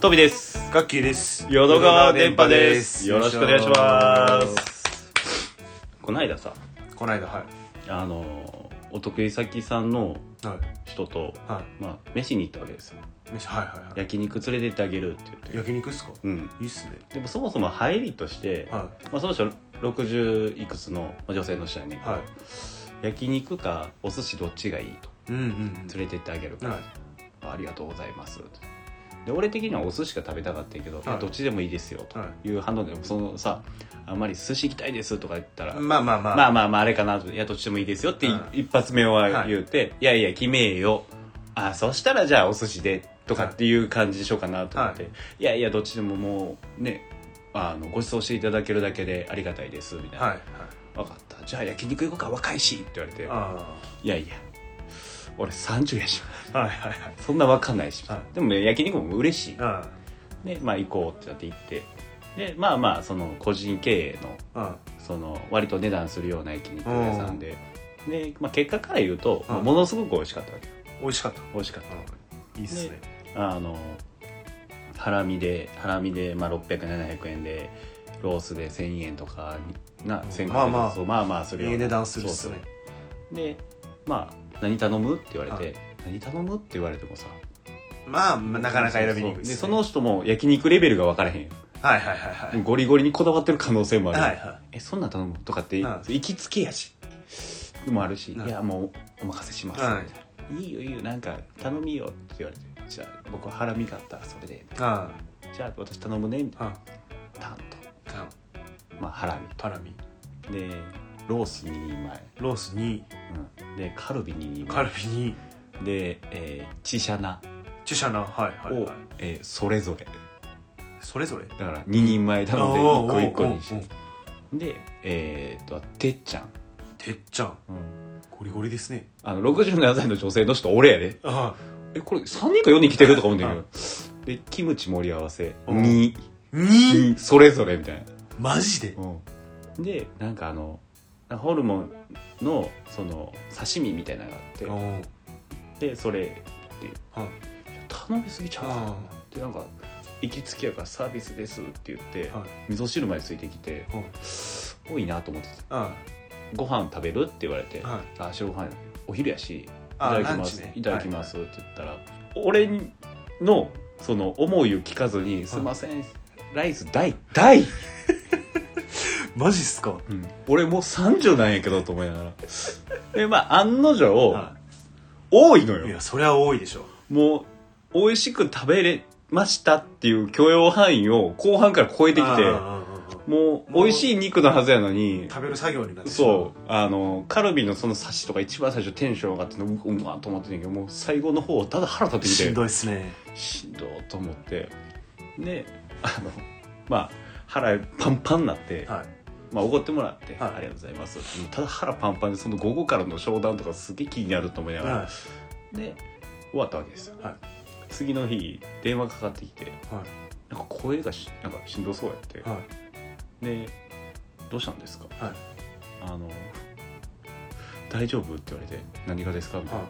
トビです。ガッキーです。。淀川電波です。よろしくお願いしますす。こないださ、この間、はあの、お得意先さんのい。はい。人と、はまあ、飯に行ったわけですよ。い。飯、はいはいはい。焼肉連れてってあげるって言って。焼肉っすかうん。いいっすね。でもそもそも入りとして、はまあ、その人60いくつの女性の人やねんい。けど、は焼肉かお寿司どっちがいいとい。うんう連んれてってあげるかうん。ら、はい。ありがとうございますで俺的にはお寿司が食べたかったんやけど、いやはいどっちでもいいですよはという反応でもそのさあんまり寿司行きたいですとか言ったら、い。まあまあまあ。まあまあまああれかなといやどっちでもいいですよっていは一発目は言うて、い、やいや決めえよあそしたらじゃあお寿司でとかっていう感じでしようかなと思って、い、やいやどっちでももうねあのご馳走していただけるだけでありがたいですみたいな、はい。はい。分かったじゃあ焼肉行こうか若いしって言われてあいやいや俺30やしあ。はいはいはい。そんなわかんないし、はでもね焼肉も嬉しいあでまあ行こうってなって行ってでまあまあその個人経営のあ。あその割と値段するような焼肉屋さんでで、まあ、結果から言うと、まあものすごく美味しかったわけあ。美味しかった。美味しかっいいっすね。たあのハラミでハラミで、まあ、600700円でロースで1000円とかになうん1500円まあまあそうまあまあするいい値段するっすそうね。そうでまあ何頼むって言われて、はい何頼むって言われてもさまあ、まあなかなか選びにくいっすね。でその、人も焼肉レベルが分からへんよはいはいはいはい。ゴリゴリにこだわってる可能性もある、はいはえそんなん頼むとかって、うん行きつけやしでもあるし、うんいやもうお任せします、、はいいよいいよなんか頼みよって言われてじゃあ僕はハラミがあったらそれでい。あじゃあ私頼むねみたいあ。あなタンと、あ。まあ、ハラパラミ。ミでロース2人前、ロースに、うん、でカルビ2人カル前ビに、で、えー、チシャナチュシャナ。はいを、はいはい。えーそれぞれそれぞれ。だから2人前頼んでおー1個1個にしおーおてーでえー、っとてっちゃん、てっちゃん。うん、ゴリゴリですね。あの、67歳の女性の人、俺やで。あえ、これ3人か4人来てるとか思うんだけど。で、キムチ盛り合わせ、うん2、あ。に、 2それぞれみたいマジでな。で、なんかあの、ホルモンの、その、刺身みたいなのがおあっーて、で、それ、はい頼みすぎちゃうかなあで、なんか、行きつけやからサービスですって言って、はい味噌汁までついてきて、うん多いなと思ってた。あご飯食べるって言われて、はいあ、白ご飯、お昼やし、いあただきランまチす、ねいただきますって言ったら、俺のその思いを聞かずに「すいません、ライス大大、はいマジっすか俺もう30なんやけど」と思いながらでまあ案の定、は多いのいいやよそりゃ多いでしょもう美味しく食べれましたっていう許容範囲を後半から超えてきてうんうんうんうんもう美味しい肉のはずやのに食べる作業になってしまそうあのカルビのそのサシとか一番最初テンション上がってんのううまっと思ってんねんけどもう最後の方ただ腹立ってきてしんどいっすねしんどーと思ってであのまあ腹パンパンになって、はいまあ、おごってもらって、はいありがとうございますってただ腹パンパンでその午後からの商談とかすげえ気になると思いながら、はで終わったわけですよ、はい次の日電話かかってきていはなんか声がしなんかしんどそうやってい、はいでどうしたんですかはいあの大丈夫って言われて何がですかみたいな、は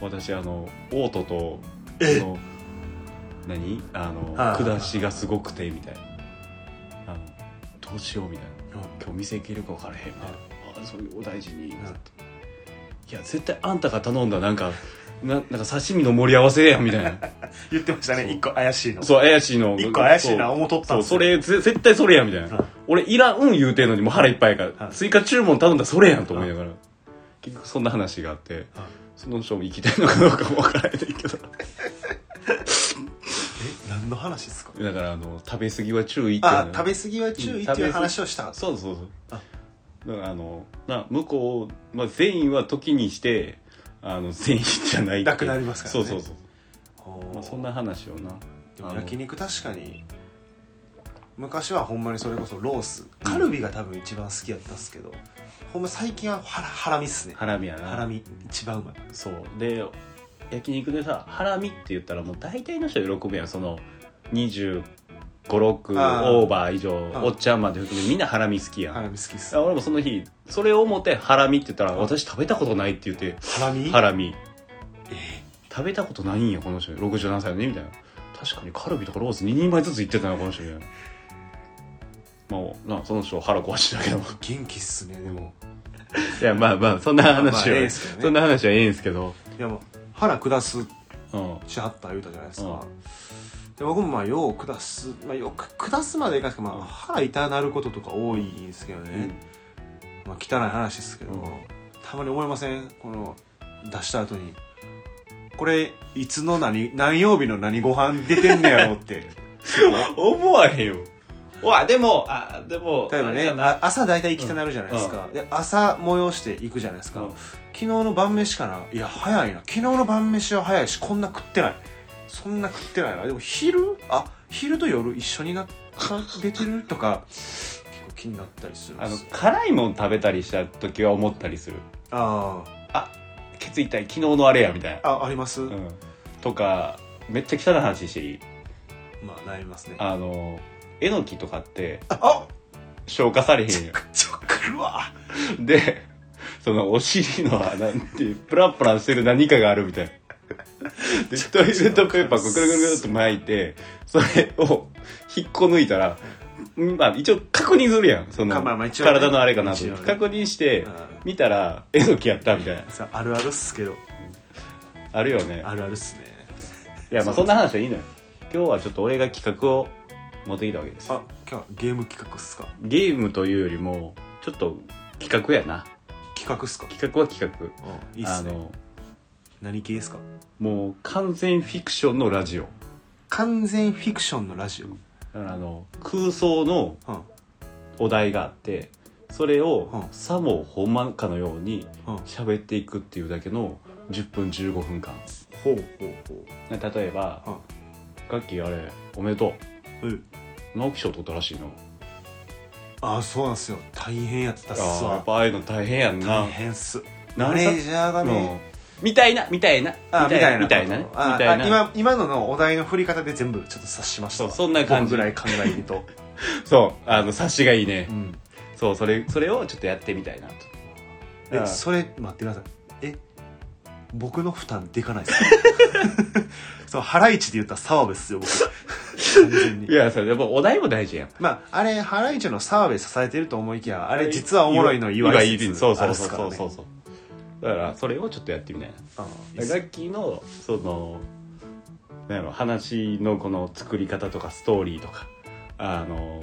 私あのオートとえその何あのはい下しがすごくてみたいなあのどうしようみたいないは今日店行けるか分からへんみたいはなあそういうお大事に、はいいや絶対あんたが頼んだなんかななんか刺身の盛り合わせやんみ たいない言ってましたそうね一個怪しいのそう怪しいの一個怪しいなそう思うとったんそうですそよれぜ絶対それやんみたいな、はい俺いらんうん言うてんのにもう腹いっぱいやから、はい追加注文頼んだらそれやんと思いながら、結局そんな話があって、はいその人も行きたいのかどうかも分からないけどえ何の話ですかだからあの食べ過ぎは注意っていうのあ食べ過ぎは注意っていう話をしたかったそうそうそうあだからあのな向こう、まあ、善意は時にしてあの善意じゃないってなくなりますからそうねそうそう、おーまあ、そんな話をなあでもの焼肉確かに昔はほんまにそれこそロースカルビが多分一番好きやったっすけど、ほんま最近はハラハラミっすねハラミやなハラミ一番うまいそうで焼肉でさハラミって言ったらもう大体の人喜ぶやんその2 5 6あーオーバー以上あおっちゃんまで含めみんなハラミ好きやん、ハラミ好きっすあ俺もその日それを思ってハラミって言ったら私食べたことないって言ってハラミハラミえ食べたことないんやこの人67歳のねみたいな確かにカルビとかロース2人前ずつ言ってたなこの人ねまあなその人腹壊してたけど元気っすねでも いやまあまあそんな話は、まあまあええんすけどねそんな話はええんすけどいやもう腹下すうんしはった言うたじゃないですか、うで僕もまあよう下す、まあ、よく下すまでいかんすけど、まうんあ、腹痛なることとか多いんですけどね、まあ、汚い話ですけど、うんたまに思いませんこの出した後にこれいつの何何曜日の何ご飯出てんねやろって 思わへんようわでもあでも例えばあれねやなあ朝大体汚なるじゃないですか、で朝催していくじゃないですか、うん昨日の晩飯かないや早いな昨日の晩飯は早いしこんな食ってないそんな食ってないなでも昼あ昼と夜一緒になった出てるとか結構気になったりするんあでのすよ辛いもん食べたりした時は思ったりするあケツ痛い昨日のあれやみたいあああります、な、うん、とかめっちゃ汚い話していいまあなりますねあのえのきとかってあ消化されへんよちょくるわでそのお尻の穴ってプランプランしてる何かがあるみたいなでトイレットペーパーこうくるくるくるっと巻いてそれを引っこ抜いたらんまあ一応確認するやんそのまあまあまあ一応ね体のあれかなと思って一応ね確認してうん見たらえのきやったみたいなさあるあるっすけどあるよねあるあるっすねいやまあそんな話はいいのよ今日はちょっと俺が企画を持ってきたわけですあ今日はゲーム企画っすかゲームというよりもちょっと企画やな企画っすか企画は企画いいっすあねの何系ですかもう完全フィクションのラジオ完全フィクションのラジオ、うんだからあの空想のうん、お題があってそれうをんさも本間かのようにほう喋っていくっていうだけの10分15分間ほうほ例えばう「ガッキーあれおめでとうんうんう直木賞取ったらしいの」あそうなんすよ大変やったっすああやっわぱああいうの大変やんな大変っすなマネージャーがねうんみたいなみたいなあみたいなみたいなねみあたいあな今今ののお題の振り方で全部ちょっと察しましたわそうそんな感じ僕ぐらい考えると、そうあの察しがいいねうん、そうそれそれをちょっとやってみたいなとあえあそれ待ってくださいえ僕の負担でかな いっすかそうハライチで言ったら澤部っすよ僕完全にいやそれでもお題も大事やんまああれハライチの澤部支えてると思いきやあれ実はおもろいの岩岩井井説そうそあるうっすかそらうねそうそうだからそれをちょっとやってみたいなああいいっすガッキーのそのなんやろ話のこの作り方とかストーリーとかあの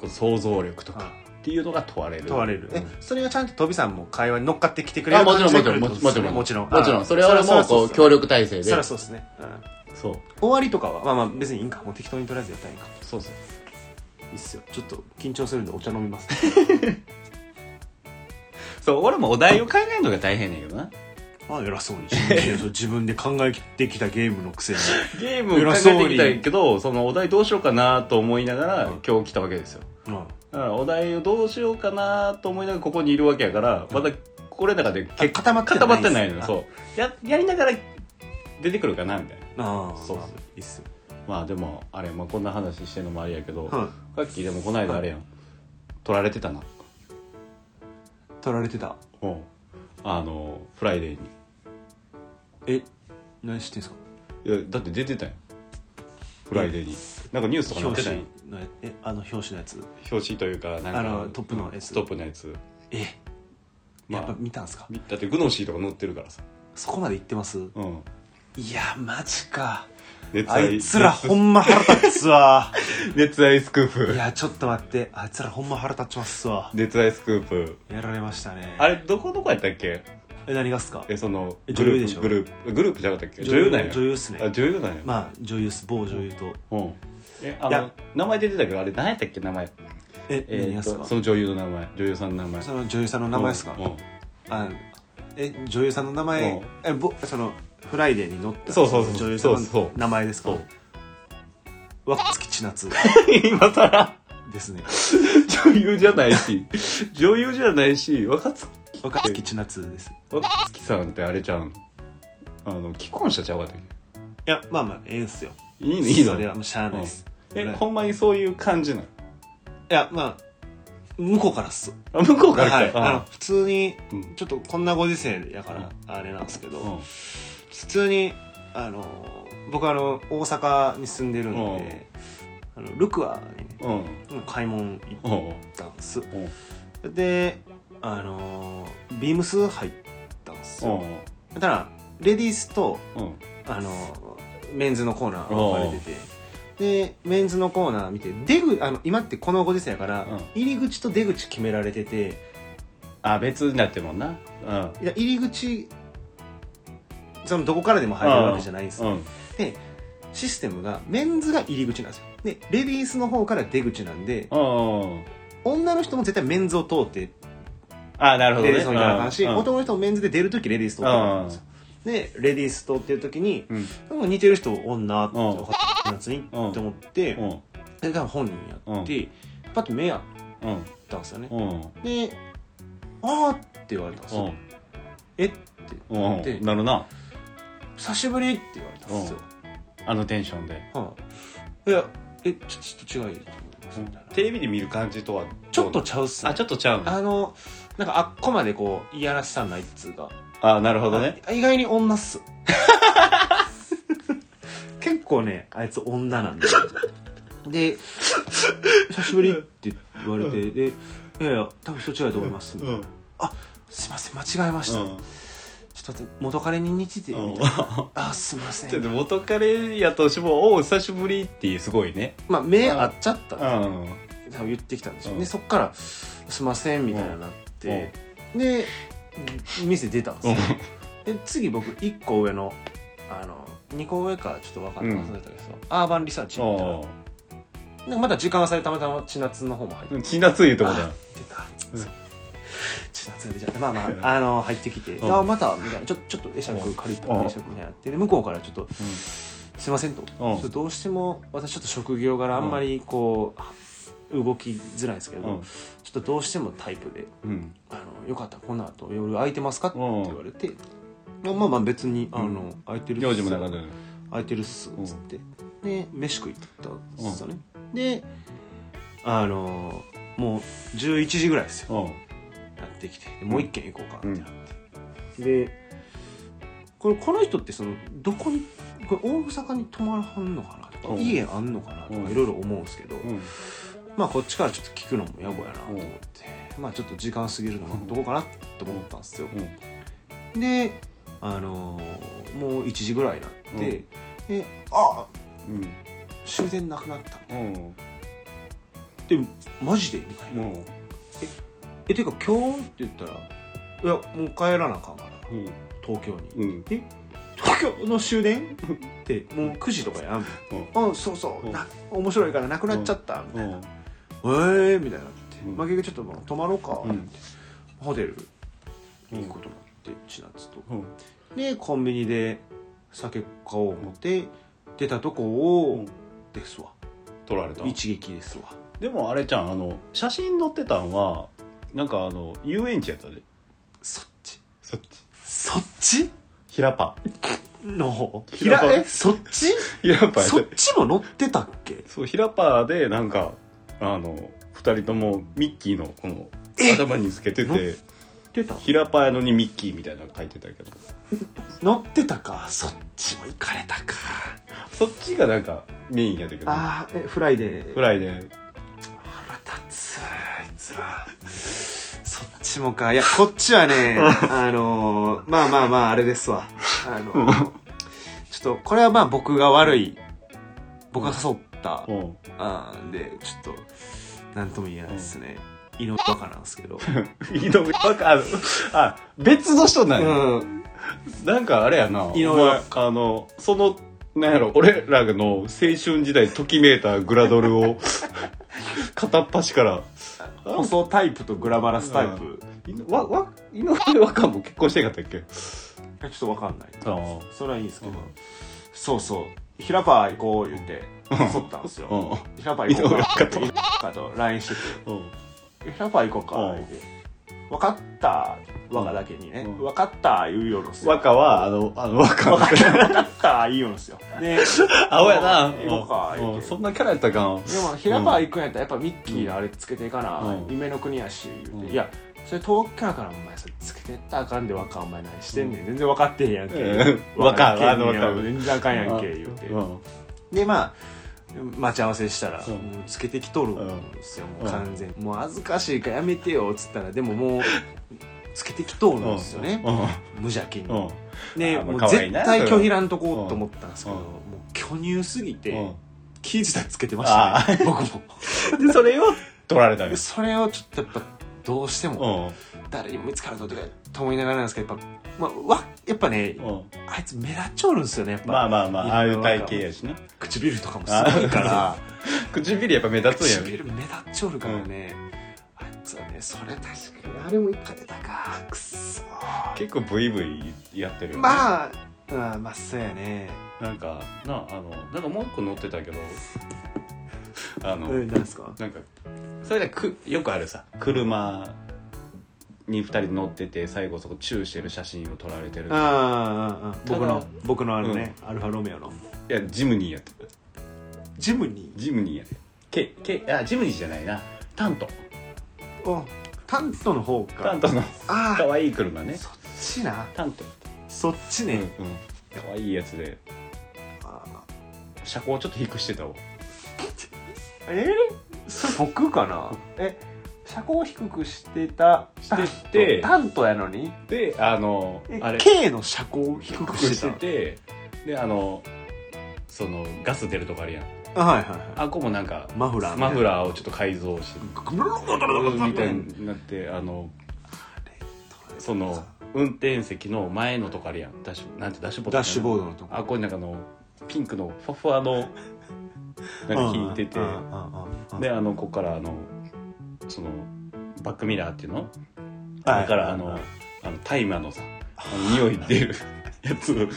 こう想像力とかあっていうのが問われる問われる、うえんそれはちゃんとトビさんも会話に乗っかってきてくれあるもちろんも感ちろじんで来もるっちもちてことですろねんもちろんもちろあんそれはもうこう協力力体制そでりゃそうですね、うんそう終わりとかはまあまあ別にいいんかもう適当にとりあえずやったらいいんかそうそういいっすよちょっと緊張するんでお茶飲みますそう俺もお題を考えるのが大変だけどなああ偉そうに自 分で自分で考えてきたゲームのくせにゲームを考えてきたけどそのお題どうしようかなと思いながら、うん今日来たわけですようんだからお題をどうしようかなと思いながらここにいるわけやからまだこれの中であ結固まってない固まってないっのよすねそうややりながら出てくるかなみたいなああそうまあいいっすよまあでもあれ、まあ、こんな話してんのもあれやけど、はいさっきでもこの間あれやん、取られてたな取られてたうんあのフライデーにえ何してんすかいやだって出てたやんフライデーになんかニュースとか載っ表てたや紙んのやえあの表紙のやつ表紙というかなんかあのトップのやつトップのやつえまやあっぱ見たんすか、だってグノシーとか載ってるからさそこまで言ってますうんいやマジか熱あ愛いつらほんま腹立つわ熱愛スクーいプやちょっと待ってあいつらほんま腹立ちますわ熱愛スクープやられましたねあれどこどこやったっけえ何がっすかえそのえグル女優でーしプょグループグループじゃなかったっけ女優なんや女優っすあね女優なんや、まあ女優っす某女優とうんえあいのや名前出てたけどあれ何やったっけ名前ええ何ーがっっすとかその女優の名前女優さんの名前その女優さんの名前っすかうん うんあえ女優さんの名前うんえぼそのフライデーに載ったそうそうそう女優さんそうそのう名前ですかそう若月千夏今さらです ね女優じゃないし女優じゃないし若槻若月千夏です若槻さんってあれちゃんあの既婚者ちゃうかったっいやまあまあええんすよけいいのいいのそれはもうしゃあないっすえほんまにそういう感じなのいやまあ向こうからっすあ向こうからは来い、た、あの普通にうんちょっとこんなご時世やからうあれなんですけど、うん普通にあの僕あの大阪に住んでるんで、あのルクアにねうん買い物行うんうんったんですうんであのビームス入ったんですうんよだからレディースとうんあのメンズのコーナー分かれててでメンズのコーナー見て出口あの今ってこのご時世やから、うん入り口と出口決められててあ別になってるもんなうんいや入り口そのどこからでも入れるわけじゃないんですようんシステムがメンズが入り口なんですよでレディースの方から出口なんでうん女の人も絶対メンズを通ってあなるほどレねディースの行かなあかんし、うん男の人もメンズで出る時レディース通ってなあかんんですよでレディース通ってる時にうんなんか似てる人女ってうん分かったやつにって思って、うんで多分本人やって、パッと目やっうんたんですよね、うんで「あーって言われたんですよ、えってうんうでんなるな「久しぶり」って言われたんですよ、あのテンションではいいやえちょちょっと違うと思いますみたいなテレビで見る感じとはちょっとちゃうっすねあちょっとちゃうのあのなんかあっこまでこういやらしさないっつうかあなるほどねあ意外に女っす 結構ねあいつ女なんでで「久しぶり」って言われて、で「いやいや多分人違うと思います」うんうんすいません間違えました」ちょっと待って元彼に似てて」みたいな「あすいませちょ っんと元彼やとしても「おう久しぶり」っていうすごいね」まあ目合っちゃったう、ん多分言ってきたんでしょ、うんでそっから「すいません」みたいになって、で店出たんですうよん、で次僕1個上のあの2個上かちょっと分かってうん忘れたけど、アーバンリサーチみたいなおうなんかまだ時間がされたまたま千夏の方も入って気なついとこだあ出たうん千夏が出ちゃってまあまああの入ってきて「うんあまた」みたいな「ちょちょっと会釈借りてうん会釈」みたいなやってで向こうからちょっとうんすいませんとうんちょっとどうしても私ちょっと職業柄あんまりこう、動きづらいんですけど、うんちょっとどうしてもタイプでうん「あのよかったらこの後夜空いてますか?」ってうん言われて、まあまあまあ別に「あの空いてるっす名字もなかったのに空いてるっす」っつって、で飯食い行ったんですよね、であのもう11時ぐらいですようんやってきてでもう一軒行こうかってなって、でこれこの人ってそのどこにこれ大阪に泊まらはんのかなとか、うん家あんのかなとうかんいろいろ思うんですけど、うんまあこっちからちょっと聞くのも野暮やなと思って、まあちょっと時間過ぎるのはどこかなと思ったんですよ、うんであのーもう1時ぐらいになって、であうん終電なくなったうんでマジでみたいな、うんえていうか今日って言ったらいやもう帰らなあかんからうん東京に、うん東京の終電ってもう9時とかやん、うん、そうそう、うんな面白いからなくなっちゃった、みたいな、ええー、みたいになって、うんまあ、結局ちょっとまあ泊まろうか、うんホテルう行くんことになって千夏とうんでコンビニで酒買おう思って出たとこうをんですわ取られた一撃ですわでもあれちゃんあの写真載ってたんはなんかあの遊園地やったでそっちそっちそっち平パのひ平ら場えそっち 平パやそでっちも乗ってたっけそう平パでなんかあの二人ともミッキーのこのえ頭につけてて乗ってた平パやのにミッキーみたいなの書いてたけど乗ってたかそっちも行かれたかそっちがなんかメインやったけどあーえフライデーぐらいで腹立つあいつらそっちもかいやこっちは ねあのーまあまあまああれですわあのうんちょっとこれはまあ僕が悪い僕が誘ったうん あーでちょっと何とも言えないですね胃のバカなんですけど井上バカあのあ別の人なんや、うんなんかあれやな井上お前あのそのなんやろ俺らの青春時代ときめいたグラドル を片っ端から細タイプとグラマラスタイプいのわわ井上和歌も結婚してなかったっけちょっと分かんないああそれはいいんですけどうんそうそう平パー行こう言って誘ったんですうよん平パー行こうかって井井上バカと LINE しててうん平パー行こうかうんって分かった若だけにねうん分かった言うようですよ和歌はあのあの和歌分 かった分かった言うようですよで青やなうん行こうかうん言うてそんなキャラやったかんでも平川行くんやったらやっぱミッキーのあれつけていかな、うん夢の国やし言うて、うんいやそれ遠くからからお前それつけてったらあかんで若お前何してんねん全然分かってへんやんけ、うんわかんわんけわかんわかん全然あかんやんけ言うて、うんでまあ待ち合わせしたら、うんもうつけてきとるんですよ、もううん完全にもう恥ずかしいからやめてよっつったらでも もうつけてきとるんですよね、うん無邪気に、うんうんであーまあもう可愛絶いな対それは拒否らんとこうと思ったんですけど、うんもう巨乳すぎて、うん気づいたらつけてましたね 僕もでそれを取られたんでですそれをちょっとやっぱどうしてうもんうん誰にも見つからんととかと思いながらなんですけどやっぱ、まあ、わやっぱねあいつ目立っちゃうんですよねやっぱ、まあまあまあああいう体型やしな唇とかもすごいから唇やっぱ目立つんやん唇目立っちゃうからね、あいつはねそれ確かにあれも一回出たかくっそー結構ブイブイやってるよねまあまあまあそうやねなんかなあのなんかもう一個乗ってたけど あの、うんなんすかなんかそれでくよくあるさ車に2人で乗ってて最後そこチューしてる写真を撮られてるああああ僕たのだ僕のあのね、アルファロメオのいやジムニーやってジムにジムニーやけけあジムニーじゃないなタントおタントの方かタントのあ可あ愛い車ねそっちなタントそっちうんうんね、可愛いやつでああ車高ちょっと低くしてたわえー、それ僕かなえ車高を低くしてたしててタントやのにであのえあれ K の車高を低低くくししててたてであのそのガス出るとこあるやんあはいはいはいあっこもなんかマフラーねマフラーをちょっと改造してみみたたいいなになってあのその運転席の前のとこあるやんダッシュなんてダッシュボードダッシュボーードのとこあっこになんかあのピンクのふわふわのなんか引いててうんうんうんうんであのここからあのそのバックミラーっていうのはいだからあのあのタイマーのさあの匂い出るやつうん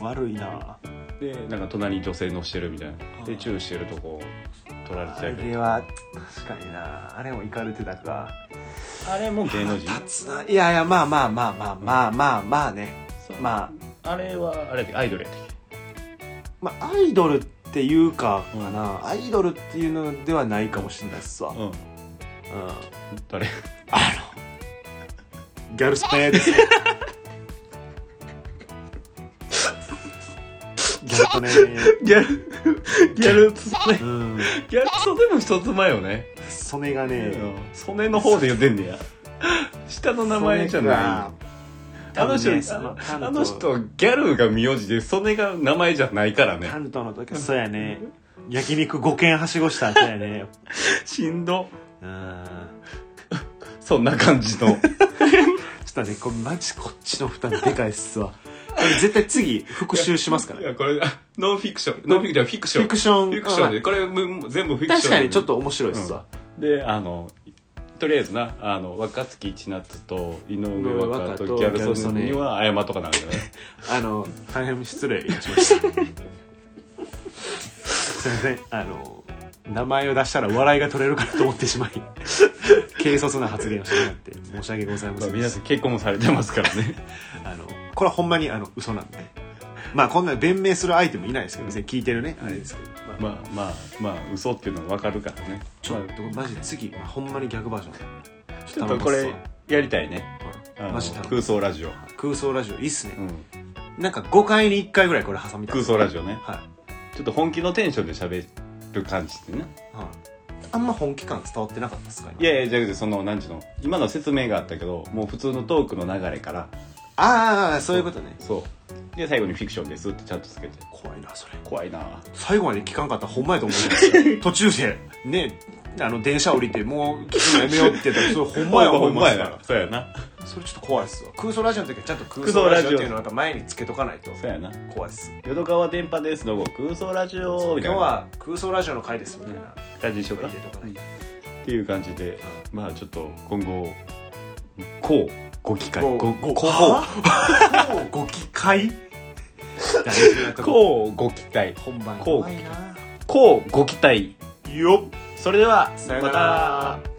悪いなでなんか隣に女性乗してるみたいあなーでチューしてるとこ取られてあたけどれは確かになあれも行かれてたかあれも芸能人立つないやいやまあまあまあまあまあまあまあねそうまああれはあれやでアイドルやでまあ、アイドルっていうかかな、アイドルっていうのではないかもしれないっすわ、うんうん誰ギャルスペ ーですねギャルとねギャルギャルつねうん ギャルソネも一つ前よねそれがね、ソネの方で言ってんねや下の名前じゃないいあの人、そのあのあの人ギャルが名字でソネが名前じゃないからねタントの時はそうやね焼肉5軒はしごした後やねしんどうんそんな感じ のちょっとねこれマジこっちの負担でかいっすわこれ絶対次復習しますからいやこれあノンフィクションノンフィクションじゃないフィクションフィクションフィクションでこれむ全部フィクション確かにちょっと面白いっすわ、であのとりあえずなあの若月千夏と井上和歌と井上和歌とギャルソンには謝っとかなあかんよね あの大変失礼いたしましたすいませんあの名前を出したら笑いが取れるかなと思ってしまい軽率な発言をしてしまって申し訳ございまませあん皆さん結婚もされてますからね あのこれはほんまにあの嘘なんでまあこんな弁明する相手もいないですけど別に聞いてるねあれですけど、まあまあまあまあ嘘っていうのは分かるからねちょっとマジで次、まあ、ほんまに逆バージョンちょっとこれやりたいねうんあのマジで空想ラジオ、空想ラジオいいっすうね、ん、なんか5回に1回ぐらいこれ挟みたい空想ラジオねはいちょっと本気のテンションで喋る感じってねはいあんま本気感伝わってなかったっすか今いやいやじゃなくてその何時の今の説明があったけどもう普通のトークの流れからああそういうことねそうで最後にフィクションですってちゃんとつけて怖いなそれ怖いな最後まで聞かんかったらほんまやと思うじゃない ですか途中でねあの電車降りてもう聞くのやめようって言ったらそれほんまやほ思いんまますやかならそうやなそれちょっと怖いっすわ空想ラジオの時はちゃんと空想ラジオっていうのをなんか前につけとかないとそうやな怖いっす淀川電波ですの空想ラジオ今み日たいなは空想ラジオの回ですみたいな感じにしようか入れとかないとっていう感じでまあちょっと今後こうご機会ごごごごごごご機会 大事なとここうご期待本番こう怖いなこうご期待よっそれではさよまならた